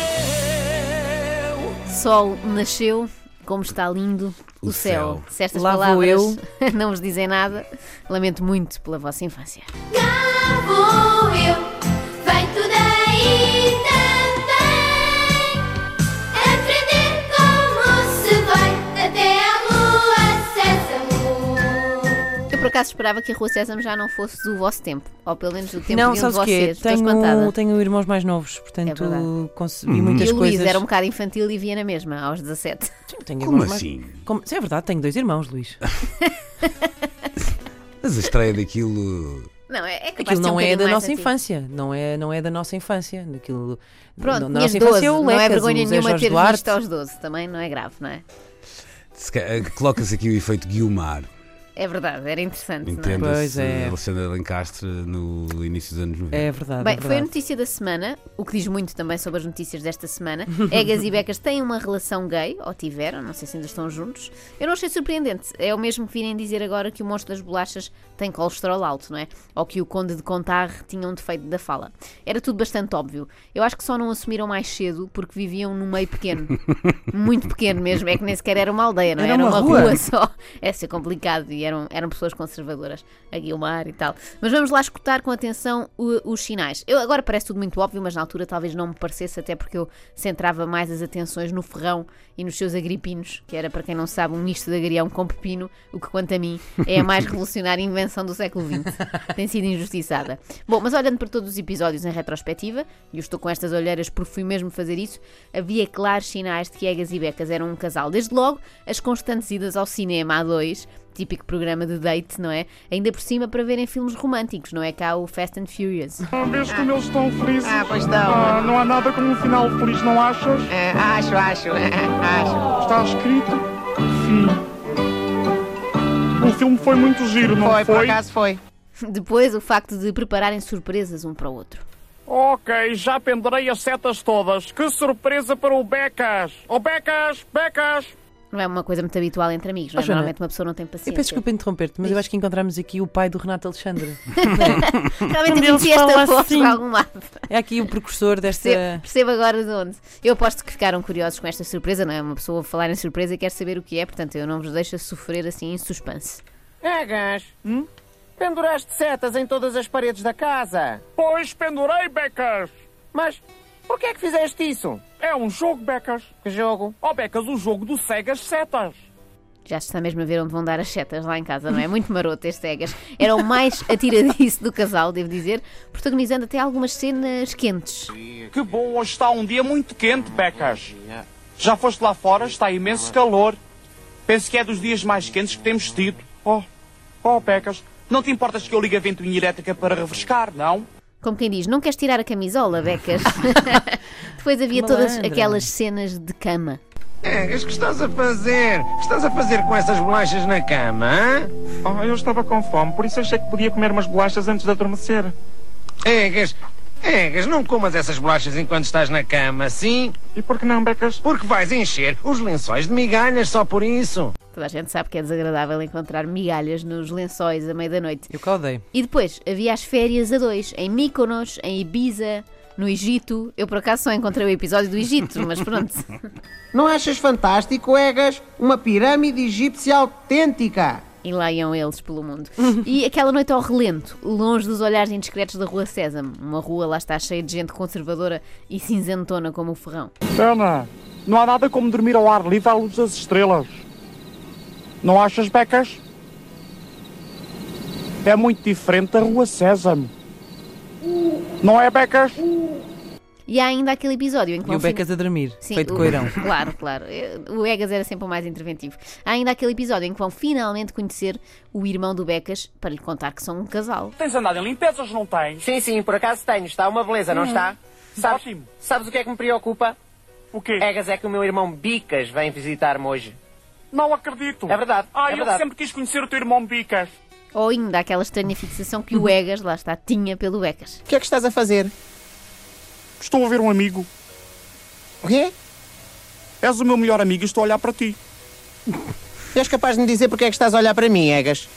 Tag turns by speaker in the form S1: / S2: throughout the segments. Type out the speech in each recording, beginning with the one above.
S1: É
S2: sol nasceu, como está lindo o,
S3: O
S2: céu.
S3: céu.
S2: Se estas
S4: Lá vou
S2: palavras
S4: eu.
S2: não vos dizem nada, lamento muito pela vossa infância.
S5: Cá vou eu, feito daí também. Aprender como se vai até a lua, Sésamo.
S2: Eu por acaso esperava que a Rua Sésamo já não fosse do vosso tempo, ou pelo menos do tempo de
S4: Não,
S2: um de
S4: sabes o quê?
S2: vocês. Estou
S4: Tenho,
S2: espantada.
S4: tenho irmãos mais novos,
S2: verdade.
S4: portanto
S3: Hum.
S4: concebi muitas
S2: E o Luís
S4: coisas.
S2: era um bocado infantil e via na mesma, aos 17.
S4: Tenho
S3: Como
S4: irmãos mais-
S3: assim?
S4: Como- Sim, é verdade, tenho dois irmãos, Luís.
S3: Mas a estreia daquilo.
S2: Não, é, é capaz
S4: Aquilo
S2: de ser um
S4: não é
S2: bocadinho
S4: da
S2: mais
S4: nossa
S2: antigo.
S4: infância, não é, não é da nossa infância. Daquilo,
S2: Pronto,
S4: na- na
S2: tinhas 12,
S4: nossa infância é o
S2: não é
S4: Lecas,
S2: vergonha
S4: o Zé
S2: nenhuma
S4: Jorge
S2: ter
S4: Duarte.
S2: visto aos 12, também não é grave, não é?
S3: se ca- eh, Coloca-se aqui o efeito Guilmar,
S2: É verdade, era interessante, não é?
S3: entenda-se.
S4: Pois é.
S3: Alexandre Lancastre no início dos anos 90.
S4: É verdade. é
S2: Bem, foi a
S4: verdade.
S2: notícia da semana, o que diz muito também sobre as notícias desta semana. Egas e Becas têm uma relação gay, ou tiveram, não sei se ainda estão juntos. Eu não achei surpreendente. É o mesmo que virem dizer agora que o monstro das bolachas tem colesterol alto, não é? Ou que o conde de Contar tinha um defeito da fala. Era tudo bastante óbvio. Eu acho que só não assumiram mais cedo porque viviam num meio pequeno. Muito pequeno mesmo. É que nem sequer era uma aldeia, não é?
S4: Era
S2: Era uma
S4: uma
S2: rua
S4: rua.
S2: só. É ser complicado e eram, eram pessoas conservadoras, a Guilmar e tal. Mas vamos lá escutar com atenção o- os sinais. Eu, agora parece tudo muito óbvio, mas na altura talvez não me parecesse, até porque eu centrava mais as atenções no ferrão e nos seus agripinos, que era, para quem não sabe, um misto de agrião com pepino, o que, quanto a mim, é a mais revolucionária invenção do século XX. Tem sido injustiçada. Bom, mas olhando para todos os episódios em retrospectiva, e eu estou com estas olheiras porque fui mesmo fazer isso, havia claros sinais de que Egas e Becas eram um casal. Desde logo, as constantes idas ao cinema a dois, típico programa de date, não é? Ainda por cima para verem filmes românticos, não é? Cá o Fast and Furious.
S1: Ah, Vês como eles estão felizes?
S6: Ah, pois estão.
S1: Ah, não há nada como um final feliz, não achas?
S6: É, acho, acho, acho.
S1: Está escrito fim. O filme foi muito giro, não
S6: Foi,
S1: foi?
S6: por acaso foi.
S2: Depois, o facto de prepararem surpresas um para o outro.
S1: Ok, já pendurei as setas todas. Que surpresa para o Becas! Oh, Becas! Becas!
S2: Não é uma coisa muito habitual entre amigos, não é?
S4: Oh, Joana,
S2: Normalmente uma pessoa não tem paciência.
S4: Eu peço desculpa interromper-te, mas eu acho que encontramos aqui o pai do Renato Alexandre.
S2: Realmente
S4: Quando
S2: eu
S4: eles
S2: conheci esta
S4: falam
S2: voz
S4: assim.
S2: de algum lado.
S4: É aqui o precursor desta.
S2: Percebo, percebo agora de onde. Eu aposto que ficaram curiosos com esta surpresa, não é? Uma pessoa a falar em surpresa e quer saber o que é, portanto eu não vos deixo sofrer assim em suspense.
S6: Egas, penduraste setas em todas as paredes da casa.
S1: Pois pendurei, Becas!
S6: Mas por que é que fizeste isso?
S1: É um jogo, Becas!
S6: Que jogo?
S1: Oh, Becas, o jogo do cega as setas!
S2: Já se está mesmo a ver onde vão dar as setas lá em casa, não é? Muito maroto este Egas. Era o mais atiradiço do casal, devo dizer, protagonizando até algumas cenas quentes.
S1: Que bom, hoje está um dia muito quente, Becas. Já foste lá fora, está imenso calor. Penso que é dos dias mais quentes que temos tido. Oh, oh, Becas, não te importas que eu ligue a ventoinha elétrica para refrescar, não?
S2: Como quem diz, não queres tirar a camisola, Becas? Depois havia
S4: Malandra.
S2: todas aquelas cenas de cama.
S7: Egas, que estás a fazer? O que estás a fazer com essas bolachas na cama, hã?
S1: Oh, eu estava com fome, por isso achei que podia comer umas bolachas antes de adormecer.
S7: Egas, Egas, não comas essas bolachas enquanto estás na cama, sim?
S1: E por que não, Becas?
S7: Porque vais encher os lençóis de migalhas só por isso.
S2: Toda a gente sabe que é desagradável encontrar migalhas nos lençóis à meia da noite.
S4: Eu caudei.
S2: E depois havia as férias a dois, em Mykonos, em Ibiza, no Egito. Eu por acaso só encontrei o episódio do Egito, mas pronto.
S8: Não achas fantástico, Egas? Uma pirâmide egípcia autêntica.
S2: E lá iam eles pelo mundo. E aquela noite ao relento, longe dos olhares indiscretos da Rua Sésamo. Uma rua lá está cheia de gente conservadora e cinzentona como o ferrão.
S1: Ana, não há nada como dormir ao ar livre à luz das estrelas. Não achas, Becas? É muito diferente da Rua Sésamo. Não é, Becas?
S2: E há ainda aquele episódio em que
S4: E
S2: vão
S4: o Becas a dormir,
S2: Sim,
S4: feito
S2: o-
S4: coirão.
S2: Claro, claro. Eh, O Egas era sempre o mais interventivo. Há ainda aquele episódio em que vão finalmente conhecer o irmão do Becas para lhe contar que são um casal.
S1: Tens andado em limpezas, não tens?
S8: Sim, sim, por acaso tenho. Está uma beleza, não está?
S6: Hum.
S8: Sabes,
S1: Ótimo.
S8: sabes o que é que me preocupa?
S1: O quê?
S8: Egas, é que o meu irmão Bicas vem visitar-me hoje.
S1: Não acredito.
S8: É verdade,
S1: Ah,
S8: é
S1: eu
S8: verdade.
S1: sempre quis conhecer o teu irmão Bicas.
S2: Ou ainda aquela estranha fixação que
S4: Uhum.
S2: o Egas, lá está, tinha pelo Becas.
S8: O que é que estás a fazer?
S1: Estou a ver um amigo.
S8: O quê?
S1: És o meu melhor amigo e estou a olhar para ti.
S8: Tu és capaz de me dizer porque é que estás a olhar para mim, Egas?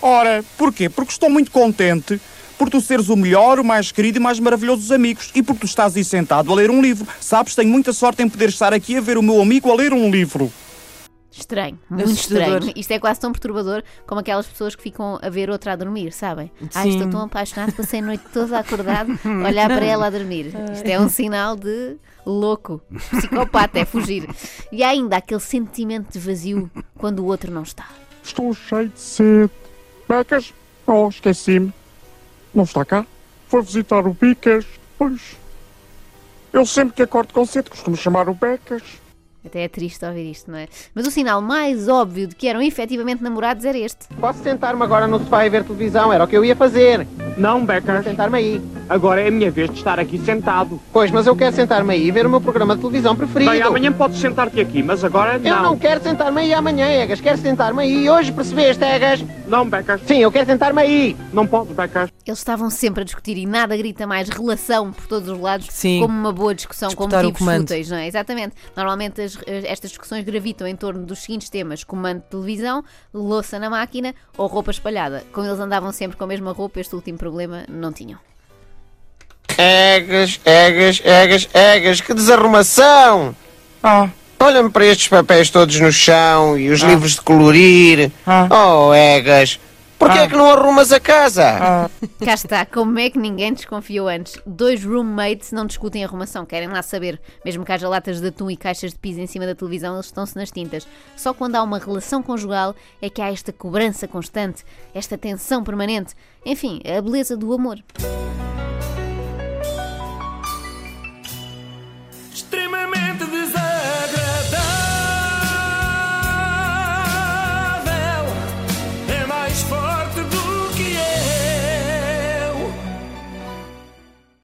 S1: Ora, porquê? Porque estou muito contente Por tu seres o melhor, o mais querido e mais maravilhoso dos amigos. E por tu estás aí sentado a ler um livro. Sabes, tenho muita sorte em poder estar aqui a ver o meu amigo a ler um livro.
S2: Estranho, muito
S4: Assustador.
S2: estranho. Isto é quase tão perturbador como aquelas pessoas que ficam a ver outra a dormir, sabem? Ah,
S4: Sim.
S2: estou tão apaixonado, passei a noite toda acordado a olhar para ela a dormir. Isto é um sinal de louco, psicopata, é fugir. E há ainda aquele sentimento de vazio quando o outro não está.
S9: Estou cheio de sede. Becas? Oh, esqueci-me. Não está cá? Foi visitar o Bicas? Pois. Eu sempre que acordo com sede costumo chamar o Becas.
S2: Até é triste ouvir isto, não é? Mas o sinal mais óbvio de que eram efetivamente namorados era este.
S8: Posso sentar-me agora no sofá e ver televisão? Era o que eu ia fazer.
S6: Não, Becas.
S8: Sentar-me aí.
S6: Agora é a minha vez de estar aqui sentado.
S8: Pois, mas eu quero sentar-me aí e ver o meu programa de televisão preferido.
S6: Bem, amanhã podes sentar-te aqui, mas agora
S8: Eu não
S6: não.
S8: quero sentar-me aí amanhã, Egas. Quero sentar-me aí hoje, percebeste, Egas?
S6: Não, Becas.
S8: Sim, eu quero sentar-me aí.
S6: Não podes, Becas.
S2: Eles estavam sempre a discutir e nada grita mais relação por todos os lados
S4: Sim.
S2: como uma boa discussão
S4: Disputar o
S2: com motivos
S4: comando.
S2: fúteis, não é? Exatamente. Normalmente as- as- estas discussões gravitam em torno dos seguintes temas: comando de televisão, louça na máquina ou roupa espalhada. Como eles andavam sempre com a mesma roupa, este último problema não tinham.
S7: É,
S8: Egas, Egas, Egas, Egas, que desarrumação!
S1: Ah,
S8: Olha-me para estes papéis todos no chão e os livros de colorir.
S1: Ah.
S8: Oh, Egas, porquê é que não arrumas a casa?
S2: Cá está, como é que ninguém desconfiou antes? Dois roommates não discutem arrumação, querem lá saber. Mesmo que haja latas de atum e caixas de pizza em cima da televisão, eles estão-se nas tintas. Só quando há uma relação conjugal é que há esta cobrança constante, esta tensão permanente. Enfim, a beleza do amor.